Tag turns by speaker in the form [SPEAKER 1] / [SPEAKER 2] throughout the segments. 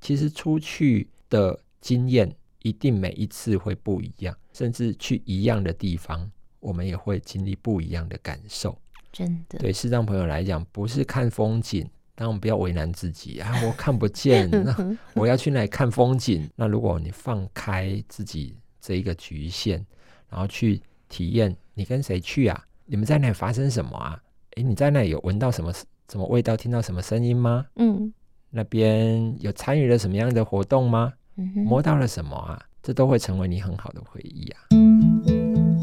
[SPEAKER 1] 其实出去的经验一定每一次会不一样，甚至去一样的地方，我们也会经历不一样的感受。
[SPEAKER 2] 真的，
[SPEAKER 1] 对视障朋友来讲，不是看风景，当然我们不要为难自己啊，我看不见， 那
[SPEAKER 2] 嗯
[SPEAKER 1] 我要去那里看风景。那如果你放开自己这一个局限，然后去体验，你跟谁去啊？你们在那里发生什么啊？诶，你在那里有闻到什么什么味道，听到什么声音吗？
[SPEAKER 2] 嗯
[SPEAKER 1] 那边有参与了什么样的活动吗？
[SPEAKER 2] 嗯
[SPEAKER 1] 摸
[SPEAKER 2] 哼，
[SPEAKER 1] 到了什么啊？这都会成为你很好的回忆啊。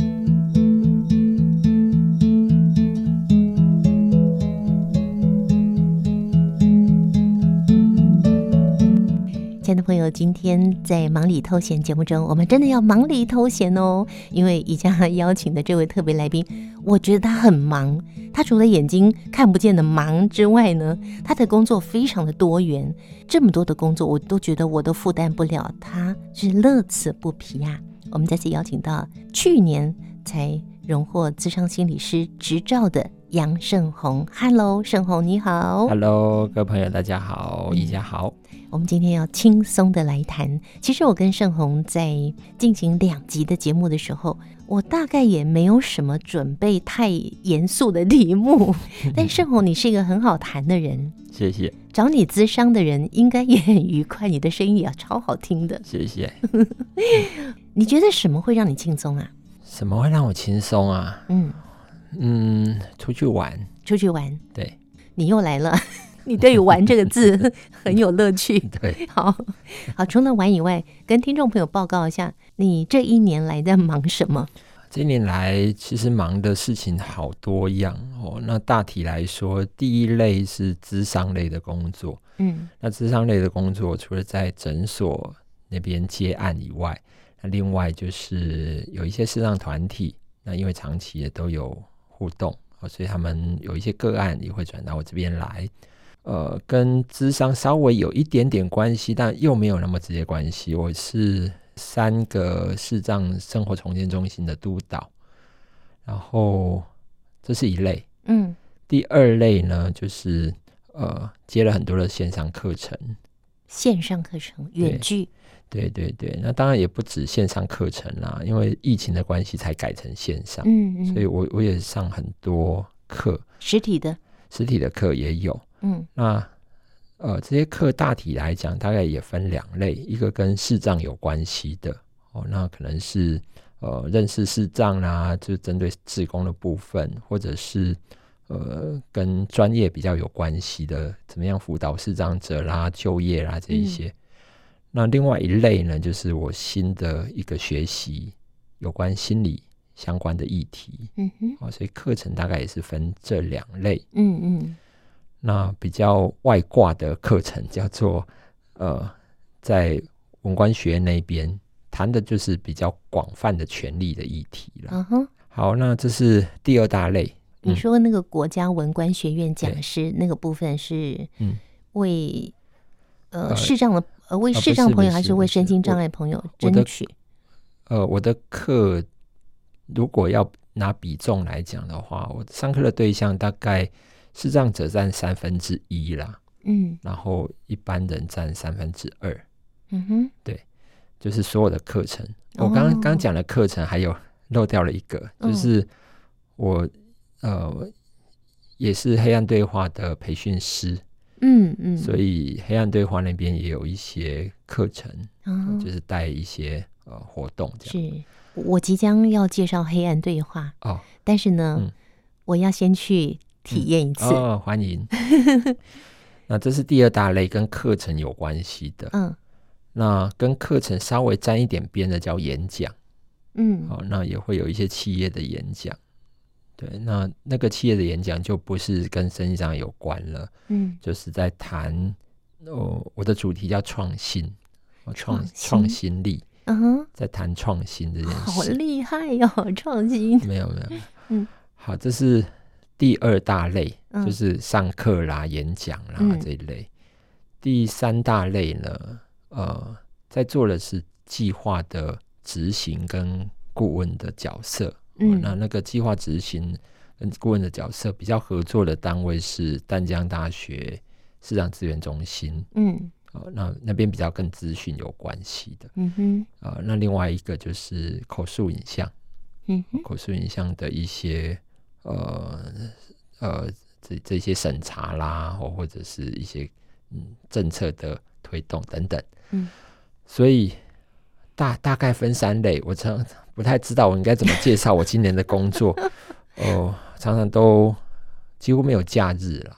[SPEAKER 2] 亲爱的朋友，今天在忙里偷闲节目中，我们真的要忙里偷闲哦，因为宜家邀请的这位特别来宾，我觉得他很忙，他除了眼睛看不见的忙之外呢，他的工作非常的多元，这么多的工作，我都觉得我都负担不了，他是乐此不疲呀、我们再次邀请到去年才荣获资商心理师执照的杨胜宏，Hello，胜宏你好。
[SPEAKER 1] Hello，各位朋友，大家好，宜家好。
[SPEAKER 2] 我们今天要轻松的来谈。其实我跟盛红在进行两集的节目的时候，我大概也没有什么准备太严肃的题目，但盛红你是一个很好谈的人，
[SPEAKER 1] 谢谢，
[SPEAKER 2] 找你咨商的人应该也很愉快，你的声音也超好听的。
[SPEAKER 1] 谢谢。
[SPEAKER 2] 你觉得什么会让你轻松啊？
[SPEAKER 1] 什么会让我轻松啊？
[SPEAKER 2] 嗯，
[SPEAKER 1] 嗯，出去玩，
[SPEAKER 2] 出去玩，
[SPEAKER 1] 对
[SPEAKER 2] 你又来了， 你对于“玩”这个字 很有乐 趣。
[SPEAKER 1] 对，
[SPEAKER 2] 好好，除了玩以外，跟听众朋友报告一下，你这一年来在忙什么？
[SPEAKER 1] 这一年来其实忙的事情好多样哦。那大体来说，第一类是智商类的工作。
[SPEAKER 2] 嗯
[SPEAKER 1] 那智商类的工作，除了在诊所那边接案以外，那另外就是有一些视障团体，那因为长期也都有互动哦，所以他们有一些个案也会转到我这边来。呃，跟智商稍微有一点点关系，但又没有那么直接关系。我是三个视障生活重建中心的督导，然后这是一类。
[SPEAKER 2] 嗯。
[SPEAKER 1] 第二类呢，就是呃接了很多的线上课程，
[SPEAKER 2] 线上课程、远距，
[SPEAKER 1] 对对对，那当然也不止线上课程啦，因为疫情的关系才改成线上，
[SPEAKER 2] 嗯嗯，
[SPEAKER 1] 所以我我也上很多课，
[SPEAKER 2] 实体的，
[SPEAKER 1] 实体的课也有。
[SPEAKER 2] 嗯
[SPEAKER 1] 那呃，这些课大体来讲，大概也分两类，一个跟视障有关系的哦，那可能是呃认识视障啦，就针对志工的部分，或者是呃跟专业比较有关系的，怎么样辅导视障者啦、就业啦这一些。那另外一类呢，就是我新的一个学习有关心理相关的议题
[SPEAKER 2] 嗯哼，
[SPEAKER 1] 哦，所以课程大概也是分这两类。
[SPEAKER 2] 嗯嗯，
[SPEAKER 1] 那比较外挂的课程叫做呃，在文官学院那边谈的就是比较广泛的权利的议题了。
[SPEAKER 2] 啊哈，
[SPEAKER 1] 好，那这是第二大类，
[SPEAKER 2] 你
[SPEAKER 1] 嗯
[SPEAKER 2] 说那个国家文官学院讲师那个部分是
[SPEAKER 1] 嗯
[SPEAKER 2] 为呃
[SPEAKER 1] 呃
[SPEAKER 2] 视障的呃为
[SPEAKER 1] 呃不
[SPEAKER 2] 视障
[SPEAKER 1] 是
[SPEAKER 2] 朋友
[SPEAKER 1] 不
[SPEAKER 2] 还
[SPEAKER 1] 是
[SPEAKER 2] 是
[SPEAKER 1] 不
[SPEAKER 2] 为
[SPEAKER 1] 是
[SPEAKER 2] 身心
[SPEAKER 1] 我
[SPEAKER 2] 障碍朋友
[SPEAKER 1] 我
[SPEAKER 2] 争
[SPEAKER 1] 的
[SPEAKER 2] 取？
[SPEAKER 1] 呃，我的课如果要拿比重来讲的话，我上课的对象大概视障者占三分之一啦，
[SPEAKER 2] 嗯
[SPEAKER 1] 然后一般人占三分之二，
[SPEAKER 2] 嗯哼，
[SPEAKER 1] 就是所有的课程。我刚刚刚
[SPEAKER 2] 哦
[SPEAKER 1] 讲的课程还有漏掉了一个，
[SPEAKER 2] 嗯
[SPEAKER 1] 就是我呃也是黑暗对话的培训师，
[SPEAKER 2] 嗯嗯，
[SPEAKER 1] 所以黑暗对话那边也有一些课程，
[SPEAKER 2] 啊
[SPEAKER 1] 就是带一些呃活动这样。
[SPEAKER 2] 是我即将要介绍黑暗对话，
[SPEAKER 1] 哦
[SPEAKER 2] 但是呢
[SPEAKER 1] 嗯，
[SPEAKER 2] 我要先去体验一次，
[SPEAKER 1] 哦，欢 迎。那这是第二大类，跟课程有关系的。
[SPEAKER 2] 嗯
[SPEAKER 1] 那跟课程稍微沾一点边的叫演讲。
[SPEAKER 2] 嗯
[SPEAKER 1] 好，那也会有一些企业的演讲。对，那那个企业的演讲就不是跟生意上有关了，
[SPEAKER 2] 嗯
[SPEAKER 1] 就是在谈哦，我的主题叫创新，哦创
[SPEAKER 2] 创
[SPEAKER 1] 创
[SPEAKER 2] 新
[SPEAKER 1] 新力，
[SPEAKER 2] 嗯哼，
[SPEAKER 1] 在谈创新这件
[SPEAKER 2] 好
[SPEAKER 1] 事。
[SPEAKER 2] 厉害哟、 创新，
[SPEAKER 1] 没有没有，没有
[SPEAKER 2] 嗯，
[SPEAKER 1] 好，这是第二大类，
[SPEAKER 2] 嗯
[SPEAKER 1] 就是上课啦、演讲啦、
[SPEAKER 2] 嗯
[SPEAKER 1] 这一类。第三大类呢，呃，在做的是计划的执行跟顾问的角色。哦
[SPEAKER 2] 嗯，
[SPEAKER 1] 那那个计划执行跟顾问的角色比较合作的单位是淡江大学市场资源中心
[SPEAKER 2] 嗯
[SPEAKER 1] 啊、呃，那那边比较跟资讯有关系的。
[SPEAKER 2] 嗯哼，
[SPEAKER 1] 呃，那另外一个就是口述影像，
[SPEAKER 2] 嗯哼，
[SPEAKER 1] 口述影像的一些呃呃这这些审查啦，哦或或者是一些嗯政策的推动等等。
[SPEAKER 2] 嗯，
[SPEAKER 1] 所以大大概分三类，我常不太知道我应该怎么介绍我今年的工作哦、常常都几乎没有假日了，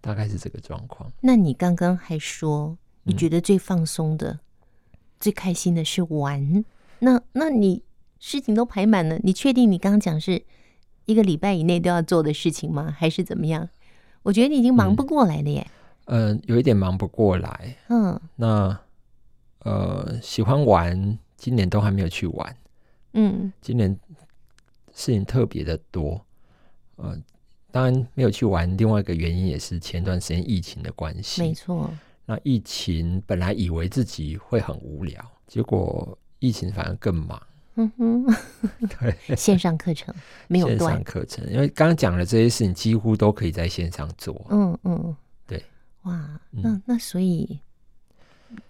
[SPEAKER 1] 大概是这个状况。
[SPEAKER 2] 那你刚刚还说，你
[SPEAKER 1] 嗯
[SPEAKER 2] 觉得最放松的、最开心的是玩。那那你事情都排满了，你确定你刚刚讲是一个礼拜以内都要做的事情吗？还是怎么样？我觉得你已经忙
[SPEAKER 1] 嗯
[SPEAKER 2] 不过来了耶。
[SPEAKER 1] 嗯、有一点忙不过来，
[SPEAKER 2] 嗯
[SPEAKER 1] 那呃，喜欢玩，今年都还没有去玩。
[SPEAKER 2] 嗯
[SPEAKER 1] 今年事情特别的多，呃，当然没有去玩。另外一个原因也是前段时间疫情的关
[SPEAKER 2] 没
[SPEAKER 1] 系。
[SPEAKER 2] 错。
[SPEAKER 1] 那疫情本来以为自己会很无聊，结果疫情反而更忙。
[SPEAKER 2] 嗯哼，
[SPEAKER 1] 对，
[SPEAKER 2] 线上课程没有
[SPEAKER 1] 线
[SPEAKER 2] 断
[SPEAKER 1] 上。课程，因为刚刚讲的这些事情几乎都可以在线上做。
[SPEAKER 2] 嗯嗯，
[SPEAKER 1] 对。
[SPEAKER 2] 哇，
[SPEAKER 1] 嗯
[SPEAKER 2] 那那所以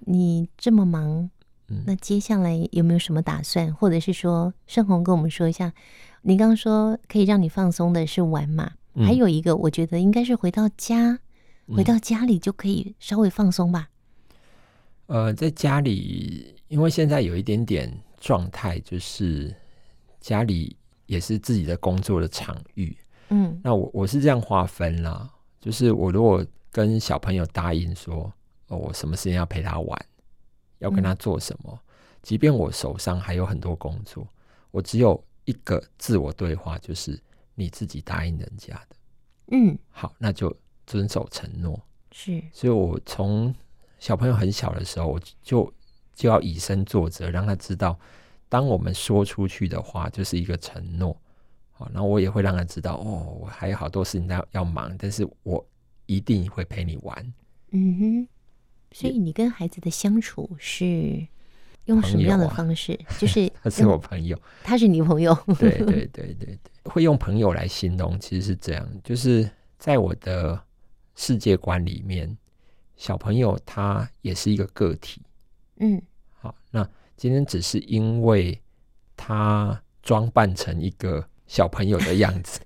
[SPEAKER 2] 你这么忙，
[SPEAKER 1] 嗯
[SPEAKER 2] 那接下来有没有什么打算，或者是说，盛红跟我们说一下，你刚刚说可以让你放松的是玩嘛？
[SPEAKER 1] 嗯
[SPEAKER 2] 还有一个，我觉得应该是回到家，回
[SPEAKER 1] 嗯
[SPEAKER 2] 到家里就可以稍微放松吧。
[SPEAKER 1] 呃，在家里，因为现在有一点点状态，就是家里也是自己的工作的场域。
[SPEAKER 2] 嗯
[SPEAKER 1] 那我我是这样划分啦，就是我如果跟小朋友答应说，哦，我什么时间要陪他玩，要跟他做什么，即便我手上还有很多工作，我只有一个自我对话，就是你自己答应人家的，
[SPEAKER 2] 嗯，
[SPEAKER 1] 好，那就遵守承诺。
[SPEAKER 2] 是，
[SPEAKER 1] 所以我从小朋友很小的时候，我就就要以身作则，让他知道，当我们说出去的话，就是一个承诺。好，然后我也会让他知道，哦，我还有好多事情要要忙，但是我一定会陪你玩。
[SPEAKER 2] 嗯哼。所以你跟孩子的相处是用什么样的
[SPEAKER 1] 朋友啊
[SPEAKER 2] 方式？就是
[SPEAKER 1] 他是
[SPEAKER 2] 用
[SPEAKER 1] 我朋友，
[SPEAKER 2] 他是你朋友，
[SPEAKER 1] 对对对对对，会用朋友来形容，其实是这样，就是在我的世界观里面，小朋友他也是一个个体，
[SPEAKER 2] 嗯
[SPEAKER 1] 好，那今天只是因为他装扮成一个小朋友的样子，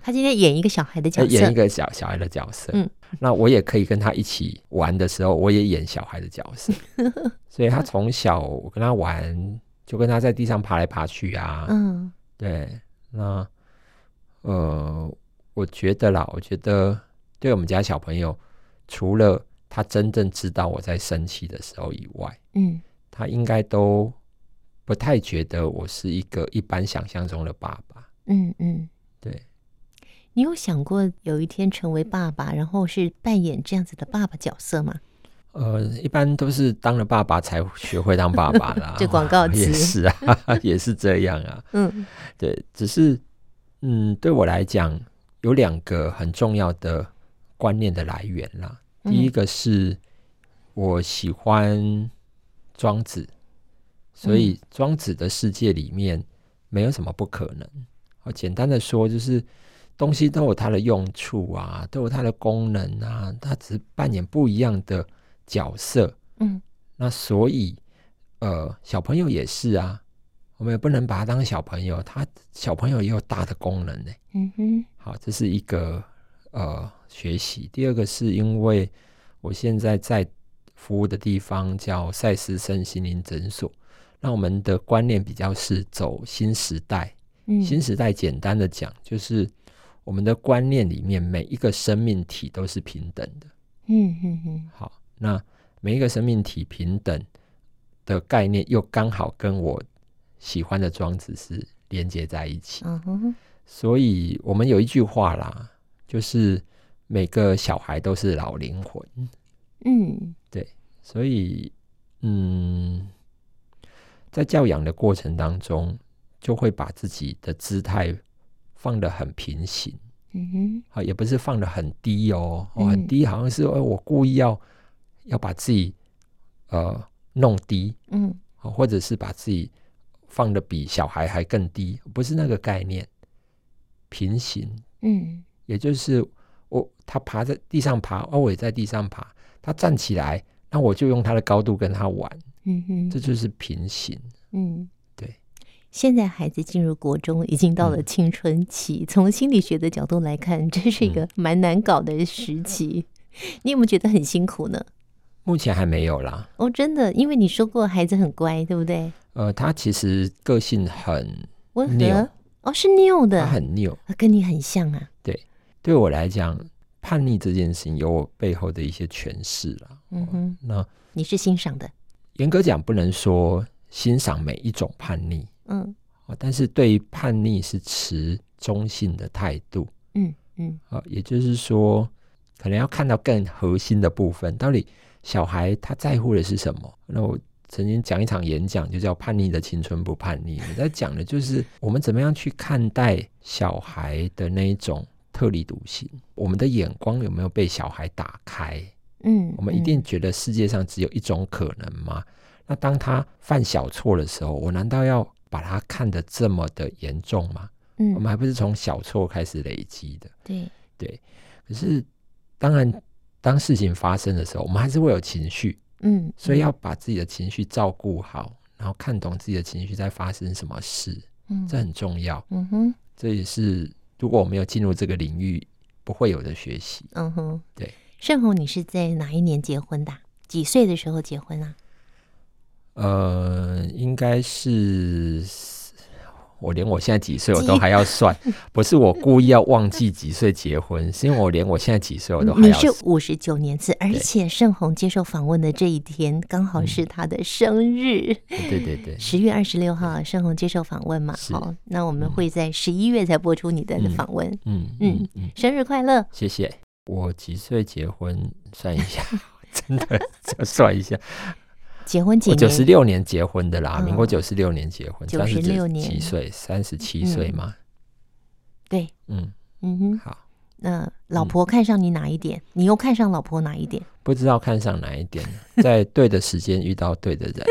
[SPEAKER 2] 他今天演一个小孩的 角
[SPEAKER 1] 他
[SPEAKER 2] 色，
[SPEAKER 1] 呃演一个小小孩的角色。
[SPEAKER 2] 嗯，
[SPEAKER 1] 那我也可以跟他一起玩的时候，我也演小孩的角 色。所以他从小我跟他玩，就跟他在地上爬来爬去啊。
[SPEAKER 2] 嗯
[SPEAKER 1] 对，那呃，我觉得啦，我觉得对我们家小朋友，除了他真正知道我在生气的时候以外，
[SPEAKER 2] 嗯
[SPEAKER 1] 他应该都不太觉得我是一个一般想象中的爸爸。
[SPEAKER 2] 嗯嗯，
[SPEAKER 1] 对，
[SPEAKER 2] 你有想过有一天成为爸爸，然后是扮演这样子的爸爸角色吗？
[SPEAKER 1] 呃，一般都是当了爸爸才学会当爸爸啦
[SPEAKER 2] 。这广告词
[SPEAKER 1] 也是啊， 也是这样啊。
[SPEAKER 2] 嗯
[SPEAKER 1] 对，只是嗯，对我来讲，有两个很重要的观念的来源啦。
[SPEAKER 2] 嗯
[SPEAKER 1] 第一个是我喜欢庄子，所以庄子的世界里面没有什么不可能。好，简单的说就是。东西都有它的用处啊，都有它的功能啊，它只是扮演不一样的角色。
[SPEAKER 2] 嗯
[SPEAKER 1] 那所以，呃，小朋友也是啊，我们也不能把他当小朋友，他小朋友也有大的功能呢。
[SPEAKER 2] 嗯哼
[SPEAKER 1] 好，这是一个呃学习。第二个是因为我现在在服务的地方叫赛斯身心灵诊所，那我们的观念比较是走新时代。
[SPEAKER 2] 嗯
[SPEAKER 1] 新时代简单的讲，就是我们的观念里面每一个生命体都是平等的。
[SPEAKER 2] 嗯嗯嗯
[SPEAKER 1] 好，那每一个生命体平等的概念，又刚好跟我喜欢的庄子是连接在一起，
[SPEAKER 2] 嗯哼
[SPEAKER 1] 所以我们有一句话啦，就是每个小孩都是老灵魂，
[SPEAKER 2] 嗯
[SPEAKER 1] 所以嗯，在教养的过程当中，就会把自己的姿态放得很平行。
[SPEAKER 2] 嗯哼
[SPEAKER 1] 啊，也不是放的很低哦，哦
[SPEAKER 2] 嗯
[SPEAKER 1] 很低，好像是、呃我故意要要把自己呃弄低、
[SPEAKER 2] 嗯
[SPEAKER 1] 哦，或者是把自己放的比小孩还更低，不是那个概念。平行，
[SPEAKER 2] 嗯
[SPEAKER 1] 也就是我他爬在地上爬，哦，我也在地上爬，他他站起来，那我就用他的高度跟他玩，
[SPEAKER 2] 嗯哼，
[SPEAKER 1] 这就是平行。
[SPEAKER 2] 嗯，
[SPEAKER 1] 对。
[SPEAKER 2] 现在孩子进入国中，已经到了青春期。从心理学的角度来看，这是一个蛮难搞的时期。你有没有觉得很辛苦呢？
[SPEAKER 1] 目前还没有啦，
[SPEAKER 2] 哦，真的，因为你说过孩子很乖，对不对？
[SPEAKER 1] 呃，他其实个性很，
[SPEAKER 2] 温
[SPEAKER 1] 拗
[SPEAKER 2] 和哦，是拗
[SPEAKER 1] 他
[SPEAKER 2] 的，
[SPEAKER 1] 很拗。
[SPEAKER 2] 跟你很像啊。
[SPEAKER 1] 对我来讲，叛逆这件事情有我背后的一些诠释啦。
[SPEAKER 2] 嗯哼，
[SPEAKER 1] 那
[SPEAKER 2] 你是欣赏的，
[SPEAKER 1] 严格讲，不能说欣赏每一种叛逆
[SPEAKER 2] 嗯
[SPEAKER 1] 啊，但是对于叛逆是持中性的态度
[SPEAKER 2] 嗯嗯
[SPEAKER 1] 啊，也就是说，可能要看到更核心的部分，到底小孩他在乎的是什么？那我。曾经讲一场演讲，就叫《叛逆的青春不叛逆》。我在讲的就是我们怎么样去看待小孩的那一种特立独行，我们的眼光有没有被小孩打开？
[SPEAKER 2] 嗯，
[SPEAKER 1] 我们一定觉得世界上只有一种可能吗？那当他犯小错的时候，我难道要把他看得这么的严重吗？
[SPEAKER 2] 嗯，
[SPEAKER 1] 我们还不是从小错开始累积的？
[SPEAKER 2] 对，
[SPEAKER 1] 可是，当然，当事情发生的时候，我们还是会有情绪，
[SPEAKER 2] 嗯，
[SPEAKER 1] 所以要把自己的情绪照顾好，然后看懂自己的情绪在发生什么事，
[SPEAKER 2] 嗯
[SPEAKER 1] 这很重要。
[SPEAKER 2] 嗯哼
[SPEAKER 1] 这也是如果我没有进入这个领域，不会有的学习。
[SPEAKER 2] 嗯哼，
[SPEAKER 1] 对。
[SPEAKER 2] 盛红，你是在哪一年结婚的啊？几岁的时候结婚啊？
[SPEAKER 1] 呃，应该是我连我现在几岁我
[SPEAKER 2] 几
[SPEAKER 1] 都还要 算，不是我故意要忘记几岁结婚，是因为我连我现在几岁我都还
[SPEAKER 2] 嗯你
[SPEAKER 1] 要
[SPEAKER 2] 是
[SPEAKER 1] 算。
[SPEAKER 2] 五十九年次，而
[SPEAKER 1] 对
[SPEAKER 2] 且盛红接受访问的这一天刚好
[SPEAKER 1] 嗯
[SPEAKER 2] 是他的生日，
[SPEAKER 1] 对对对，
[SPEAKER 2] 十、月二十六号，盛红接受访问嘛，
[SPEAKER 1] 是
[SPEAKER 2] 哦，那我们会在十一月才播出你的
[SPEAKER 1] 嗯
[SPEAKER 2] 访问，
[SPEAKER 1] 嗯
[SPEAKER 2] 嗯
[SPEAKER 1] 嗯嗯，
[SPEAKER 2] 生日快乐！
[SPEAKER 1] 谢谢。我几岁结婚？算一下， 真的要算一下，
[SPEAKER 2] 结婚几
[SPEAKER 1] 我
[SPEAKER 2] 年？
[SPEAKER 1] 九十六年结婚的啦，民国
[SPEAKER 2] 哦
[SPEAKER 1] 九十六年结婚，三十
[SPEAKER 2] 96
[SPEAKER 1] 七
[SPEAKER 2] 年
[SPEAKER 1] 岁，三十七岁
[SPEAKER 2] 嗯
[SPEAKER 1] 嘛。
[SPEAKER 2] 对，
[SPEAKER 1] 嗯，
[SPEAKER 2] 嗯哼，
[SPEAKER 1] 好。
[SPEAKER 2] 那老
[SPEAKER 1] 嗯
[SPEAKER 2] 婆看上你哪一点？你又看上老婆哪一点？
[SPEAKER 1] 不知道看上哪一点，在对的时间遇到对的人，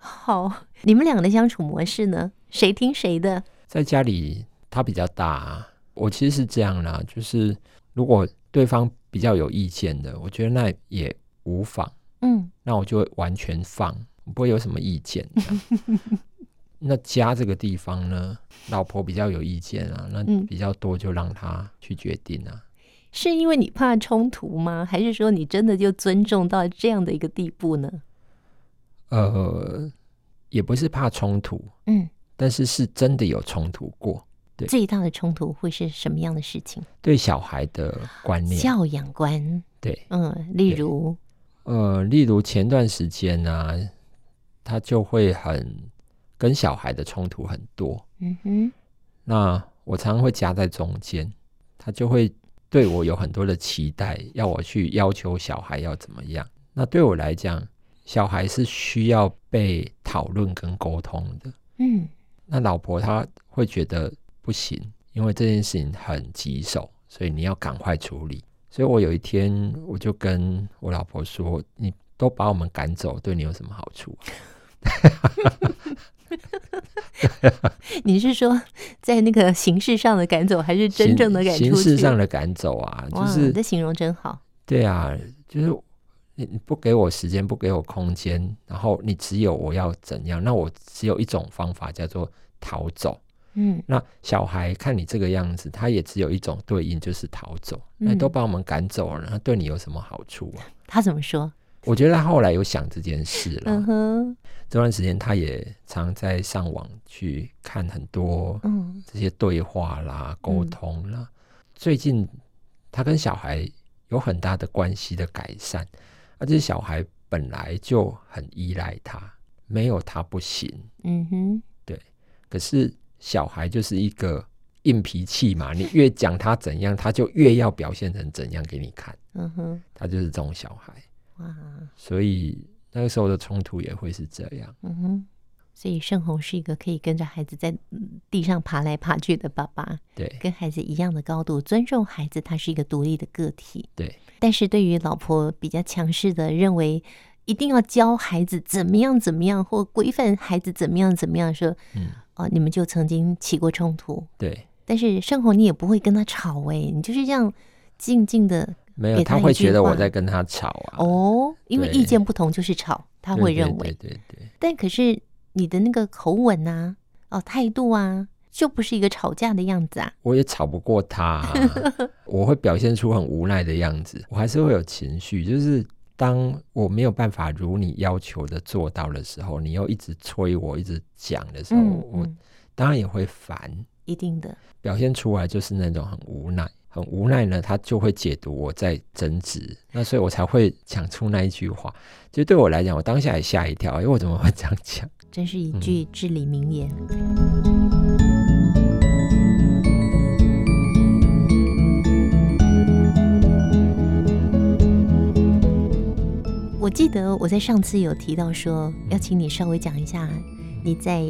[SPEAKER 2] 好，你们两个的相处模式呢？谁听谁的？
[SPEAKER 1] 在家里他比较大、啊，我其实是这样啦，就是如果对方比较有意见的，我觉得那也无妨，
[SPEAKER 2] 嗯
[SPEAKER 1] 那我就会完全放，不会有什么意见这样。那家这个地方呢，老婆比较有意见啊，那
[SPEAKER 2] 嗯
[SPEAKER 1] 比较多就让她去决定啊。
[SPEAKER 2] 是因为你怕冲突吗？还是说你真的就尊重到这样的一个地步呢？
[SPEAKER 1] 呃，也不是怕冲突，
[SPEAKER 2] 嗯，
[SPEAKER 1] 但是是真的有冲突过，
[SPEAKER 2] 最大的冲突会是什么样的事情？
[SPEAKER 1] 对小孩的观念，
[SPEAKER 2] 教养观，
[SPEAKER 1] 对，
[SPEAKER 2] 嗯，例
[SPEAKER 1] 对
[SPEAKER 2] 如，
[SPEAKER 1] 呃，例如前段时间呢、他就会很跟小孩的冲突很多，
[SPEAKER 2] 嗯哼，
[SPEAKER 1] 那我常常会夹在中间，他就会对我有很多的期待，要我去要求小孩要怎么样。那对我来讲，小孩是需要被讨论跟沟通的。
[SPEAKER 2] 嗯
[SPEAKER 1] 那老婆她会觉得不行，因为这件事情很棘手，所以你要赶快处理。所以我有一天我就跟我老婆说：“你都把我们赶走，对你有什么好处啊、
[SPEAKER 2] 你是说在那个形式上的赶走，还是真
[SPEAKER 1] 形
[SPEAKER 2] 正的赶出去？
[SPEAKER 1] 形式上的赶走啊，就
[SPEAKER 2] 哇，你
[SPEAKER 1] 是
[SPEAKER 2] 的形容真好。
[SPEAKER 1] 对啊，就是你你不给我时间，不给我空间，然后你只有我要怎样？那我只有一种方法叫做逃走。
[SPEAKER 2] 嗯
[SPEAKER 1] 那小孩看你这个样子，他也只有一种对应，就是逃走。那你都把我们赶走了，那对你有什么好处啊？
[SPEAKER 2] 他怎么说？
[SPEAKER 1] 我觉得他后来有想这件事了。
[SPEAKER 2] 嗯哼，
[SPEAKER 1] 这段时间他也常在上网去看很多
[SPEAKER 2] 嗯
[SPEAKER 1] 这些对话啦、沟通啦。最近他跟小孩有很大的关系的改善，而且小孩本来就很依赖他，没有他不行。
[SPEAKER 2] 嗯哼，
[SPEAKER 1] 可是小孩就是一个硬脾气 嘛，你越讲他怎样，他就越要表现成怎样给你看，
[SPEAKER 2] 嗯哼，
[SPEAKER 1] 他就是这种小孩，
[SPEAKER 2] 哇，
[SPEAKER 1] 所以那个时候的冲突也会是这样。
[SPEAKER 2] 嗯哼。所以盛红是一个可以跟着孩子在嗯地上爬来爬去的爸爸，
[SPEAKER 1] 对
[SPEAKER 2] 跟孩子一样的高度，尊重孩子，他是一个独立的个体。
[SPEAKER 1] 对，
[SPEAKER 2] 但是对于老婆比较强势的，认为一定要教孩子怎么样怎么样，或规范孩子怎么样怎么样，说，
[SPEAKER 1] 嗯
[SPEAKER 2] 哦，你们就曾经起过冲突，
[SPEAKER 1] 对，
[SPEAKER 2] 哎但是盛红你也不会跟他吵诶、你就是这样静静的
[SPEAKER 1] 没有，
[SPEAKER 2] 给他
[SPEAKER 1] 他会
[SPEAKER 2] 一句
[SPEAKER 1] 觉得我
[SPEAKER 2] 话
[SPEAKER 1] 在跟他吵啊。，
[SPEAKER 2] 哦，因为
[SPEAKER 1] 对
[SPEAKER 2] 意见不同就是吵，他会认为。
[SPEAKER 1] 对对对对
[SPEAKER 2] 但可是你的那个口吻啊，哦，态度啊，就不是一个吵架的样子啊。
[SPEAKER 1] 我也吵不过他 啊、我会表现出很无奈的样子，我还是会有情绪。就是当我没有办法如你要求的做到的时候，你又一直催我，一直讲的时候，
[SPEAKER 2] 嗯
[SPEAKER 1] 我
[SPEAKER 2] 嗯，
[SPEAKER 1] 当然也会烦。
[SPEAKER 2] 一定的。
[SPEAKER 1] 表现出来就是那种很无奈，很无奈呢，他就会解读我在争执，那所以我才会讲出那一句话。就对我来讲，我当下也吓一跳，因为我怎么会这样讲？
[SPEAKER 2] 真是一句至理名言。我记得我在上次有提到说，要请你稍微讲一下你在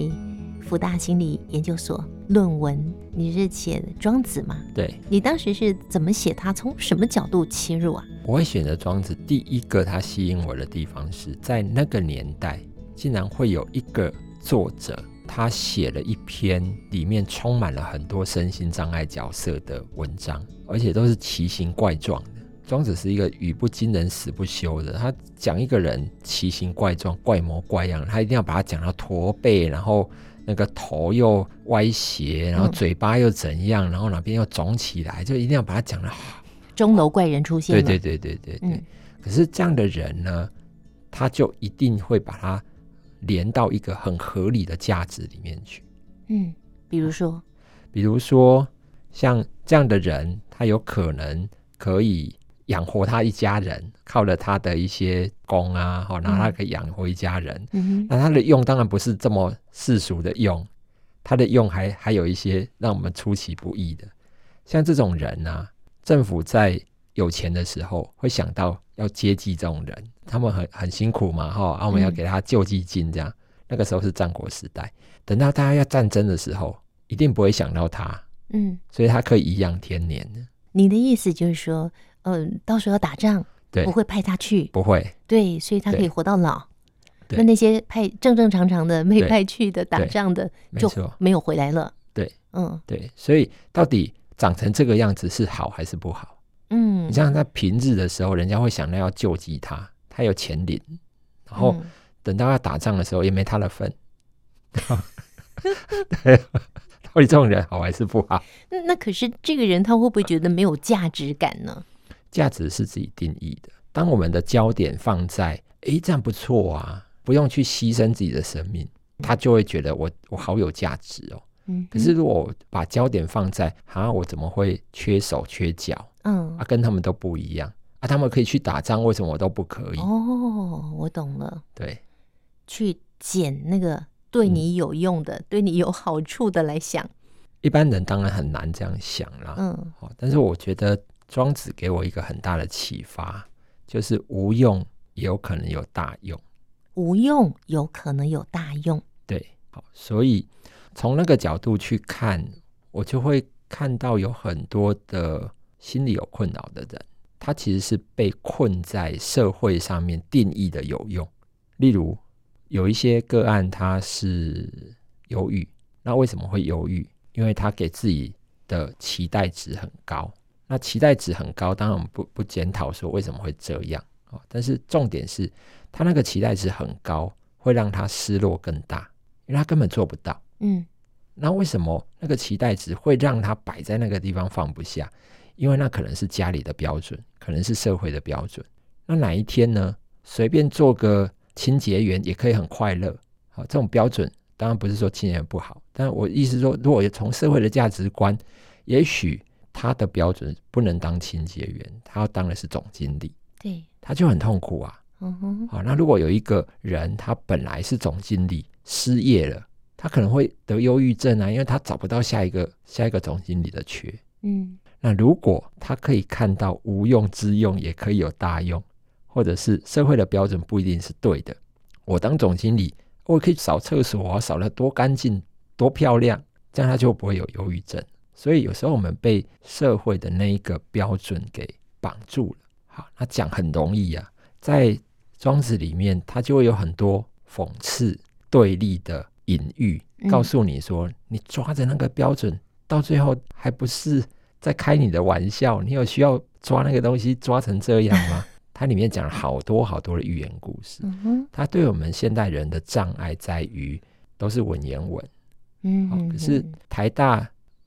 [SPEAKER 2] 福大心理研究所论文，你是写庄子嘛？
[SPEAKER 1] 对，
[SPEAKER 2] 你当时是怎么写它？从什么角度切入啊？
[SPEAKER 1] 我会选择庄子，第一个它吸引我的地方是在那个年代，竟然会有一个作者，他写了一篇里面充满了很多身心障碍角色的文章，而且都是奇形怪状的。庄子是一个语不惊人死不休的，他讲一个人奇形怪状、怪模怪样，他一定要把他讲到驼背，然后那个头又歪斜，然后
[SPEAKER 2] 嗯
[SPEAKER 1] 嘴巴又怎样，然后哪边又肿起来，就一定要把他讲的
[SPEAKER 2] 钟楼怪人出现
[SPEAKER 1] 对
[SPEAKER 2] 了，
[SPEAKER 1] 对对对对对。
[SPEAKER 2] 嗯
[SPEAKER 1] 可是这样的人呢，他就一定会把它连到一个很合理的价值里面去。
[SPEAKER 2] 嗯，比如说，
[SPEAKER 1] 比如说，像这样的人，他有可能可以养活他一家人，靠了他的一些功啊，好、然后他
[SPEAKER 2] 嗯
[SPEAKER 1] 可以养活一家人。
[SPEAKER 2] 嗯哼，
[SPEAKER 1] 那它的用当然不是这么世俗的用，它的用还还有一些让我们出其不意的。像这种人啊，政府在有钱的时候会想到要接济这种人，他们很很辛苦嘛，哈，啊，我们要
[SPEAKER 2] 嗯
[SPEAKER 1] 给他救济金这样。那个时候是战国时代，等到大家要战争的时候，一定不会想到他，
[SPEAKER 2] 嗯。
[SPEAKER 1] 所以他可以颐养天年，
[SPEAKER 2] 你的意思就是说，嗯、到时候要打仗，
[SPEAKER 1] 对
[SPEAKER 2] 不会派他去，
[SPEAKER 1] 不会。
[SPEAKER 2] 对，所以他可以
[SPEAKER 1] 对
[SPEAKER 2] 活到老。
[SPEAKER 1] 对
[SPEAKER 2] 那那些派正正常常的没
[SPEAKER 1] 对
[SPEAKER 2] 派去的打
[SPEAKER 1] 对
[SPEAKER 2] 仗的，
[SPEAKER 1] 没
[SPEAKER 2] 就
[SPEAKER 1] 错
[SPEAKER 2] 没有回来了。
[SPEAKER 1] 对，
[SPEAKER 2] 嗯
[SPEAKER 1] 对，所以到底长成这个样子是好还是不好？
[SPEAKER 2] 嗯
[SPEAKER 1] 你，像他平日的时候，人家会想到要救济他，他有钱领，然后
[SPEAKER 2] 嗯
[SPEAKER 1] 等到要打仗的时候也没他的 份。对，到底这种人好还是不好？
[SPEAKER 2] 嗯那那可是这个人他会不会觉得没有价值感呢？
[SPEAKER 1] 价值是自己定义的。当我们的焦点放在“诶，这样不错啊，不用去牺牲自己的生命”，他就会觉得我我好有价值哦。
[SPEAKER 2] 嗯嗯哼，
[SPEAKER 1] 可是如果我把焦点放在“啊，我怎么会缺手缺脚
[SPEAKER 2] 嗯
[SPEAKER 1] 啊，跟他们都不一样啊，他们可以去打仗，为什么我都不可以？”
[SPEAKER 2] 哦，我懂了，
[SPEAKER 1] 对。
[SPEAKER 2] 去捡那个对
[SPEAKER 1] 嗯
[SPEAKER 2] 你有用的、对你有好处的来想。
[SPEAKER 1] 一般人当然很难这样想啦。
[SPEAKER 2] 嗯
[SPEAKER 1] 哦，但是我觉得庄子给我一个很大的启发，就是无用也有可能有大用。
[SPEAKER 2] 无用有可能有大用。
[SPEAKER 1] 对，好，所以从那个角度去看，我就会看到有很多的心里有困扰的人，他其实是被困在社会上面定义的有用。例如，有一些个案他是忧郁，那为什么会忧郁？因为他给自己的期待值很高。那期待值很高，当然我们不不检讨说为什么会这样哦，但是重点是他那个期待值很高，会让他失落更大，因为他根本做不到。
[SPEAKER 2] 嗯
[SPEAKER 1] 那为什么那个期待值会让他摆在那个地方放不下？因为那可能是家里的标准，可能是社会的标准。那哪一天呢？随便做个清洁员也可以很快乐。好，这种标准当然不是说清洁员不好，但我意思说，如果从社会的价值观，也许他的标准不能当清洁员，他要当的是总经理，
[SPEAKER 2] 对，
[SPEAKER 1] 他就很痛苦啊。
[SPEAKER 2] 嗯哼，
[SPEAKER 1] 好，那如果有一个人他本来是总经理，失业了，他可能会得忧郁症啊，因为他找不到下一个下一个总经理的缺。
[SPEAKER 2] 嗯。
[SPEAKER 1] 那如果他可以看到无用之用也可以有大用，或者是社会的标准不一定是对的，我当总经理，我可以扫厕所啊，扫得多干净、多漂亮，这样他就不会有忧郁症。所以有时候我们被社会的那一个标准给绑住了。好，那讲很容易啊，在庄子里面，他就会有很多讽刺、对立的隐喻
[SPEAKER 2] 嗯，
[SPEAKER 1] 告诉你说，你抓着那个标准，到最后还不是在开你的玩笑，你有需要抓那个东西抓成这样吗？ 它里面讲了好多好多的寓言故事，
[SPEAKER 2] 嗯哼，
[SPEAKER 1] 它对我们现代人的障碍在于都是文言文。
[SPEAKER 2] 嗯
[SPEAKER 1] 哦
[SPEAKER 2] 哼，
[SPEAKER 1] 可是
[SPEAKER 2] 哼
[SPEAKER 1] 台大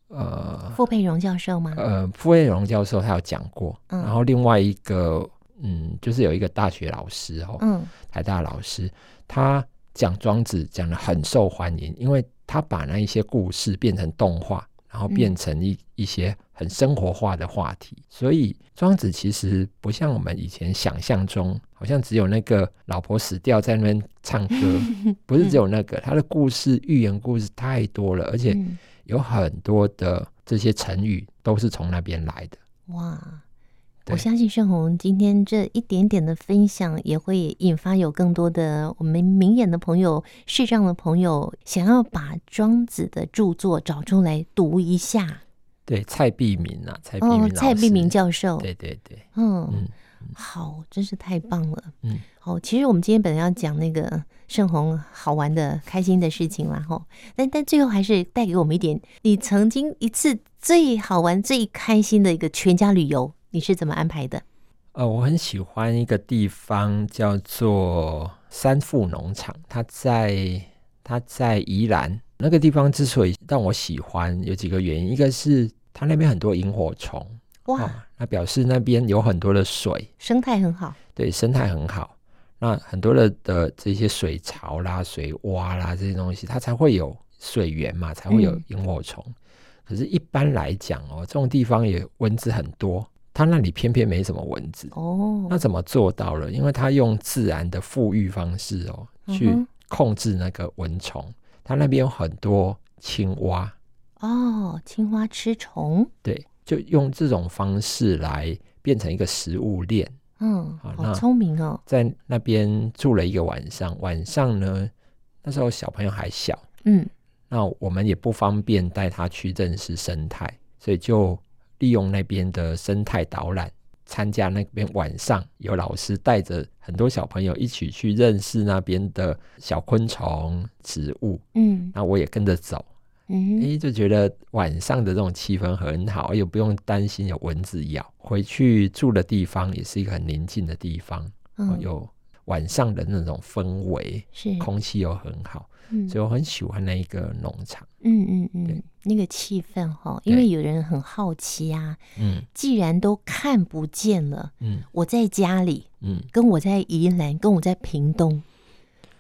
[SPEAKER 1] 呃
[SPEAKER 2] 傅佩荣教授吗？
[SPEAKER 1] 呃傅卫荣教授他有讲过，
[SPEAKER 2] 嗯
[SPEAKER 1] 然后另外一个嗯就是有一个大学老师哦，
[SPEAKER 2] 嗯
[SPEAKER 1] 台大老师，他讲庄子讲的很受欢迎，因为他把那一些故事变成动画，然后变成一一些很生活化的话题。所以庄子其实不像我们以前想象中，好像只有那个老婆死掉在那边唱歌， 不是只有那个，他的故事寓言故事太多了，而且
[SPEAKER 2] 嗯，
[SPEAKER 1] 有很多的这些成语都是从那边来的。
[SPEAKER 2] 哇。
[SPEAKER 1] 对
[SPEAKER 2] 我相信盛红今天这一点点的分享，也会引发有更多的我们明眼的朋友、视障的朋友，想要把庄子的著作找出来读一下。
[SPEAKER 1] 对，蔡璧名啊，蔡璧名老
[SPEAKER 2] 哦，
[SPEAKER 1] 师，
[SPEAKER 2] 蔡璧名教授，
[SPEAKER 1] 对对对，
[SPEAKER 2] 嗯
[SPEAKER 1] 嗯，
[SPEAKER 2] 好，真是太棒了。
[SPEAKER 1] 嗯，
[SPEAKER 2] 好，其实我们今天本来要讲那个盛虹好玩的、开心的事情啦，吼，但但最后还是带给我们一点，你曾经一次最好玩、最开心的一个全家旅游，你是怎么安排的？
[SPEAKER 1] 呃，我很喜欢一个地方叫做三富农场，它在它在宜兰那个地方之所以让我喜欢，有几个原因，一个是它那边很多萤火虫，
[SPEAKER 2] 哇，
[SPEAKER 1] 哦，那表示那边有很多的水，
[SPEAKER 2] 生态很好，
[SPEAKER 1] 对生态很好。那很多的的这些水槽啦、水洼啦这些东西，它才会有水源嘛，才会有
[SPEAKER 2] 嗯
[SPEAKER 1] 萤火虫。可是，一般来讲哦，这种地方也蚊子很多，它那里偏偏没什么蚊子。
[SPEAKER 2] 哦，
[SPEAKER 1] 那怎么做到了？因为他用自然的富裕方式哦，去
[SPEAKER 2] 嗯
[SPEAKER 1] 控制那个蚊虫。他那边有很多青蛙，
[SPEAKER 2] 哦，青蛙吃虫，
[SPEAKER 1] 对，就用这种方式来变成一个食物链。
[SPEAKER 2] 嗯，
[SPEAKER 1] 好
[SPEAKER 2] 好
[SPEAKER 1] 那
[SPEAKER 2] 聪明哦，
[SPEAKER 1] 在那边住了一个晚上，晚上呢，那时候小朋友还小，
[SPEAKER 2] 嗯，
[SPEAKER 1] 那我们也不方便带他去认识生态，所以就利用那边的生态导览，参加那边晚上有老师带着很多小朋友一起去认识那边的小昆虫、植物。
[SPEAKER 2] 嗯，
[SPEAKER 1] 那我也跟着走，
[SPEAKER 2] 嗯，
[SPEAKER 1] 诶，就觉得晚上的这种气氛很好，又不用担心有蚊子咬。回去住的地方也是一个很宁静的地方，哦
[SPEAKER 2] 嗯，
[SPEAKER 1] 有晚上的那种氛围，
[SPEAKER 2] 是，
[SPEAKER 1] 空气又很好，
[SPEAKER 2] 嗯
[SPEAKER 1] 所以我很喜欢那一个农场。
[SPEAKER 2] 嗯嗯嗯
[SPEAKER 1] 对，
[SPEAKER 2] 那个气氛哈，因为有人很好奇啊，
[SPEAKER 1] 嗯
[SPEAKER 2] 既然都看不见了。
[SPEAKER 1] 嗯。
[SPEAKER 2] 我在家里，
[SPEAKER 1] 嗯，
[SPEAKER 2] 跟我在宜兰，跟我在屏东，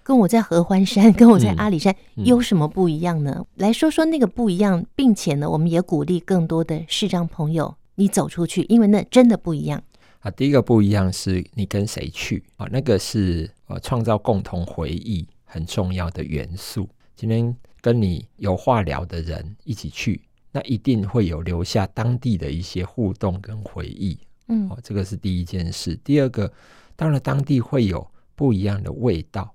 [SPEAKER 2] 跟我在合欢山， 跟我在阿里山、
[SPEAKER 1] 嗯
[SPEAKER 2] 有什么不一样呢？来说说那个不一样，并且呢，我们也鼓励更多的视障朋友，你走出去，因为那真的不一样。
[SPEAKER 1] 啊，第一个不一样是你跟谁去啊，那个是呃创造共同回忆很重要的元素。今天跟你有话聊的人一起去，那一定会有留下当地的一些互动跟回忆
[SPEAKER 2] 嗯
[SPEAKER 1] 哦，这个是第一件事。第二个，到了当地会有不一样的味道，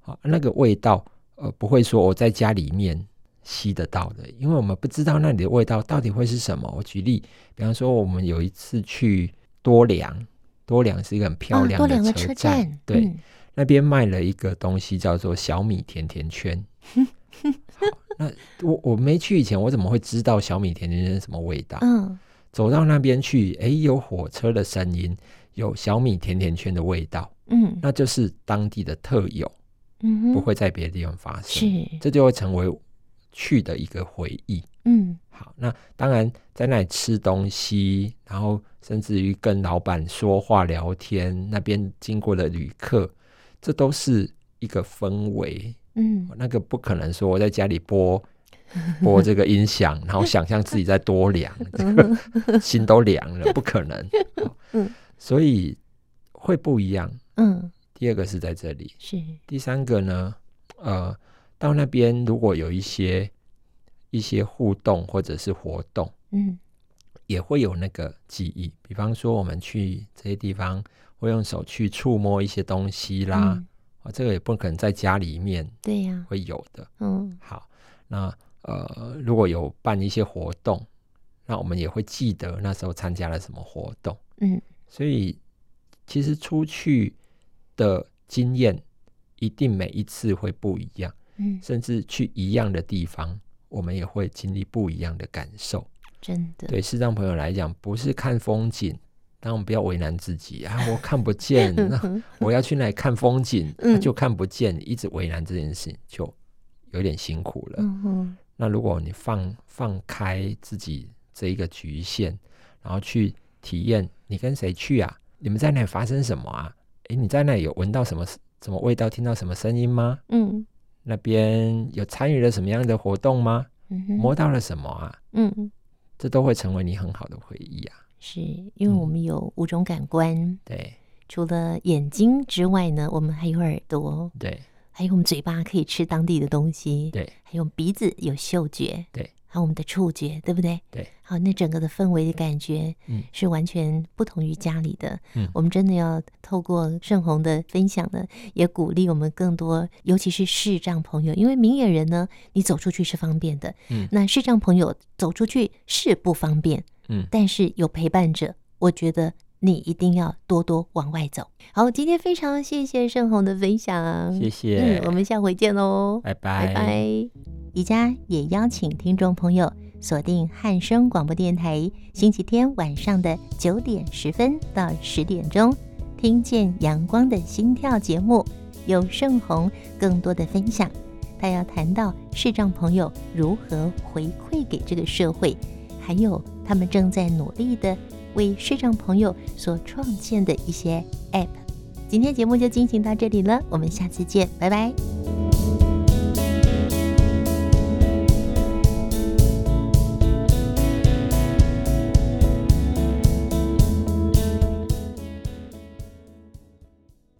[SPEAKER 1] 好、那个味道呃不会说我在家里面吸得到的，因为我们不知道那里的味道到底会是什么。我举例，比方说我们有一次去多良，多良是一个很漂
[SPEAKER 2] 啊，多
[SPEAKER 1] 亮
[SPEAKER 2] 良
[SPEAKER 1] 的
[SPEAKER 2] 的
[SPEAKER 1] 车
[SPEAKER 2] 车
[SPEAKER 1] 站，
[SPEAKER 2] 站，
[SPEAKER 1] 对，
[SPEAKER 2] 嗯
[SPEAKER 1] 那边卖了一个东西叫做小米甜甜 圈。好那我我没去以前，我怎么会知道小米甜甜圈是什么味道？
[SPEAKER 2] 嗯
[SPEAKER 1] 走到那边去，诶，有火车的声音，有小米甜甜圈的味道，
[SPEAKER 2] 嗯
[SPEAKER 1] 那就是当地的特有，
[SPEAKER 2] 嗯哼，
[SPEAKER 1] 不会在别的地方发生。
[SPEAKER 2] 是，
[SPEAKER 1] 这就会成为去的一个回忆。
[SPEAKER 2] 嗯
[SPEAKER 1] 好，那当然在那里吃东西，然后甚至于跟老板说话聊天，那边经过的旅客，这都是一个氛围。
[SPEAKER 2] 嗯
[SPEAKER 1] 那个不可能说我在家里播播这个音响，然后想象自己在多凉，这个心都凉了，不可能。好
[SPEAKER 2] 嗯
[SPEAKER 1] 所以会不一样。
[SPEAKER 2] 嗯，
[SPEAKER 1] 第二个是在这里，
[SPEAKER 2] 是，
[SPEAKER 1] 第三个呢，呃，到那边如果有一些一些互动或者是活动，
[SPEAKER 2] 嗯
[SPEAKER 1] 也会有那个记忆。比方说，我们去这些地方会用手去触摸一些东西啦，
[SPEAKER 2] 嗯
[SPEAKER 1] 哦，这个也不可能在家里面
[SPEAKER 2] 对呀，
[SPEAKER 1] 会有的。
[SPEAKER 2] 嗯
[SPEAKER 1] 好，那呃，如果有办一些活动，那我们也会记得那时候参加了什么活动。
[SPEAKER 2] 嗯
[SPEAKER 1] 所以其实出去的经验一定每一次会不一样，
[SPEAKER 2] 嗯，
[SPEAKER 1] 甚至去一样的地方，我们也会经历不一样的感受。
[SPEAKER 2] 真的，
[SPEAKER 1] 对视障朋友来讲，不是看风景，当然我们不要为难自己啊，我看不 见，
[SPEAKER 2] 嗯
[SPEAKER 1] 那
[SPEAKER 2] 哼，
[SPEAKER 1] 我要去哪里看风景，啊
[SPEAKER 2] 嗯
[SPEAKER 1] 就看不见，一直为难这件事情，就有点辛苦了。
[SPEAKER 2] 嗯哼，
[SPEAKER 1] 那如果你放放开自己这一个局限，然后去体验，你跟谁去啊？你们在那里发生什么啊？诶，你在那里有闻到什么什么味道，听到什么声音吗？
[SPEAKER 2] 嗯
[SPEAKER 1] 那边有参与了什么样的活动吗？
[SPEAKER 2] 嗯哼，
[SPEAKER 1] 摸到了什么啊？
[SPEAKER 2] 嗯，
[SPEAKER 1] 这都会成为你很好的回忆啊。
[SPEAKER 2] 是因为我们有五种感官，
[SPEAKER 1] 对
[SPEAKER 2] 除了眼睛之外呢，我们还有耳朵，
[SPEAKER 1] 对
[SPEAKER 2] 还有我们嘴巴可以吃当地的东西，
[SPEAKER 1] 对，
[SPEAKER 2] 还有鼻子有嗅觉，
[SPEAKER 1] 对，
[SPEAKER 2] 还有我们的触觉，对不对？
[SPEAKER 1] 对，
[SPEAKER 2] 好，那整个的氛围的感觉，
[SPEAKER 1] 嗯
[SPEAKER 2] 是完全不同于家里的。
[SPEAKER 1] 嗯
[SPEAKER 2] 我们真的要透过盛红的分享呢，也鼓励我们更多，尤其是视障朋友，因为明眼人呢，你走出去是方便的，
[SPEAKER 1] 嗯
[SPEAKER 2] 那视障朋友走出去是不方便，
[SPEAKER 1] 嗯
[SPEAKER 2] 但是有陪伴者，我觉得。你一定要多多往外走。好，今天非常谢谢盛红的分享，
[SPEAKER 1] 谢谢，
[SPEAKER 2] 嗯，我们下回见喽，
[SPEAKER 1] 拜
[SPEAKER 2] 拜拜。宜家也邀请听众朋友锁定汉声广播电台，星期天晚上的九点十分到十点钟，听见阳光的心跳节目，有盛红更多的分享。他要谈到视障朋友如何回馈给这个社会，还有他们正在努力的为视障朋友所创建的一些 App。今天节目就进行到这里了，我们下次见，拜拜。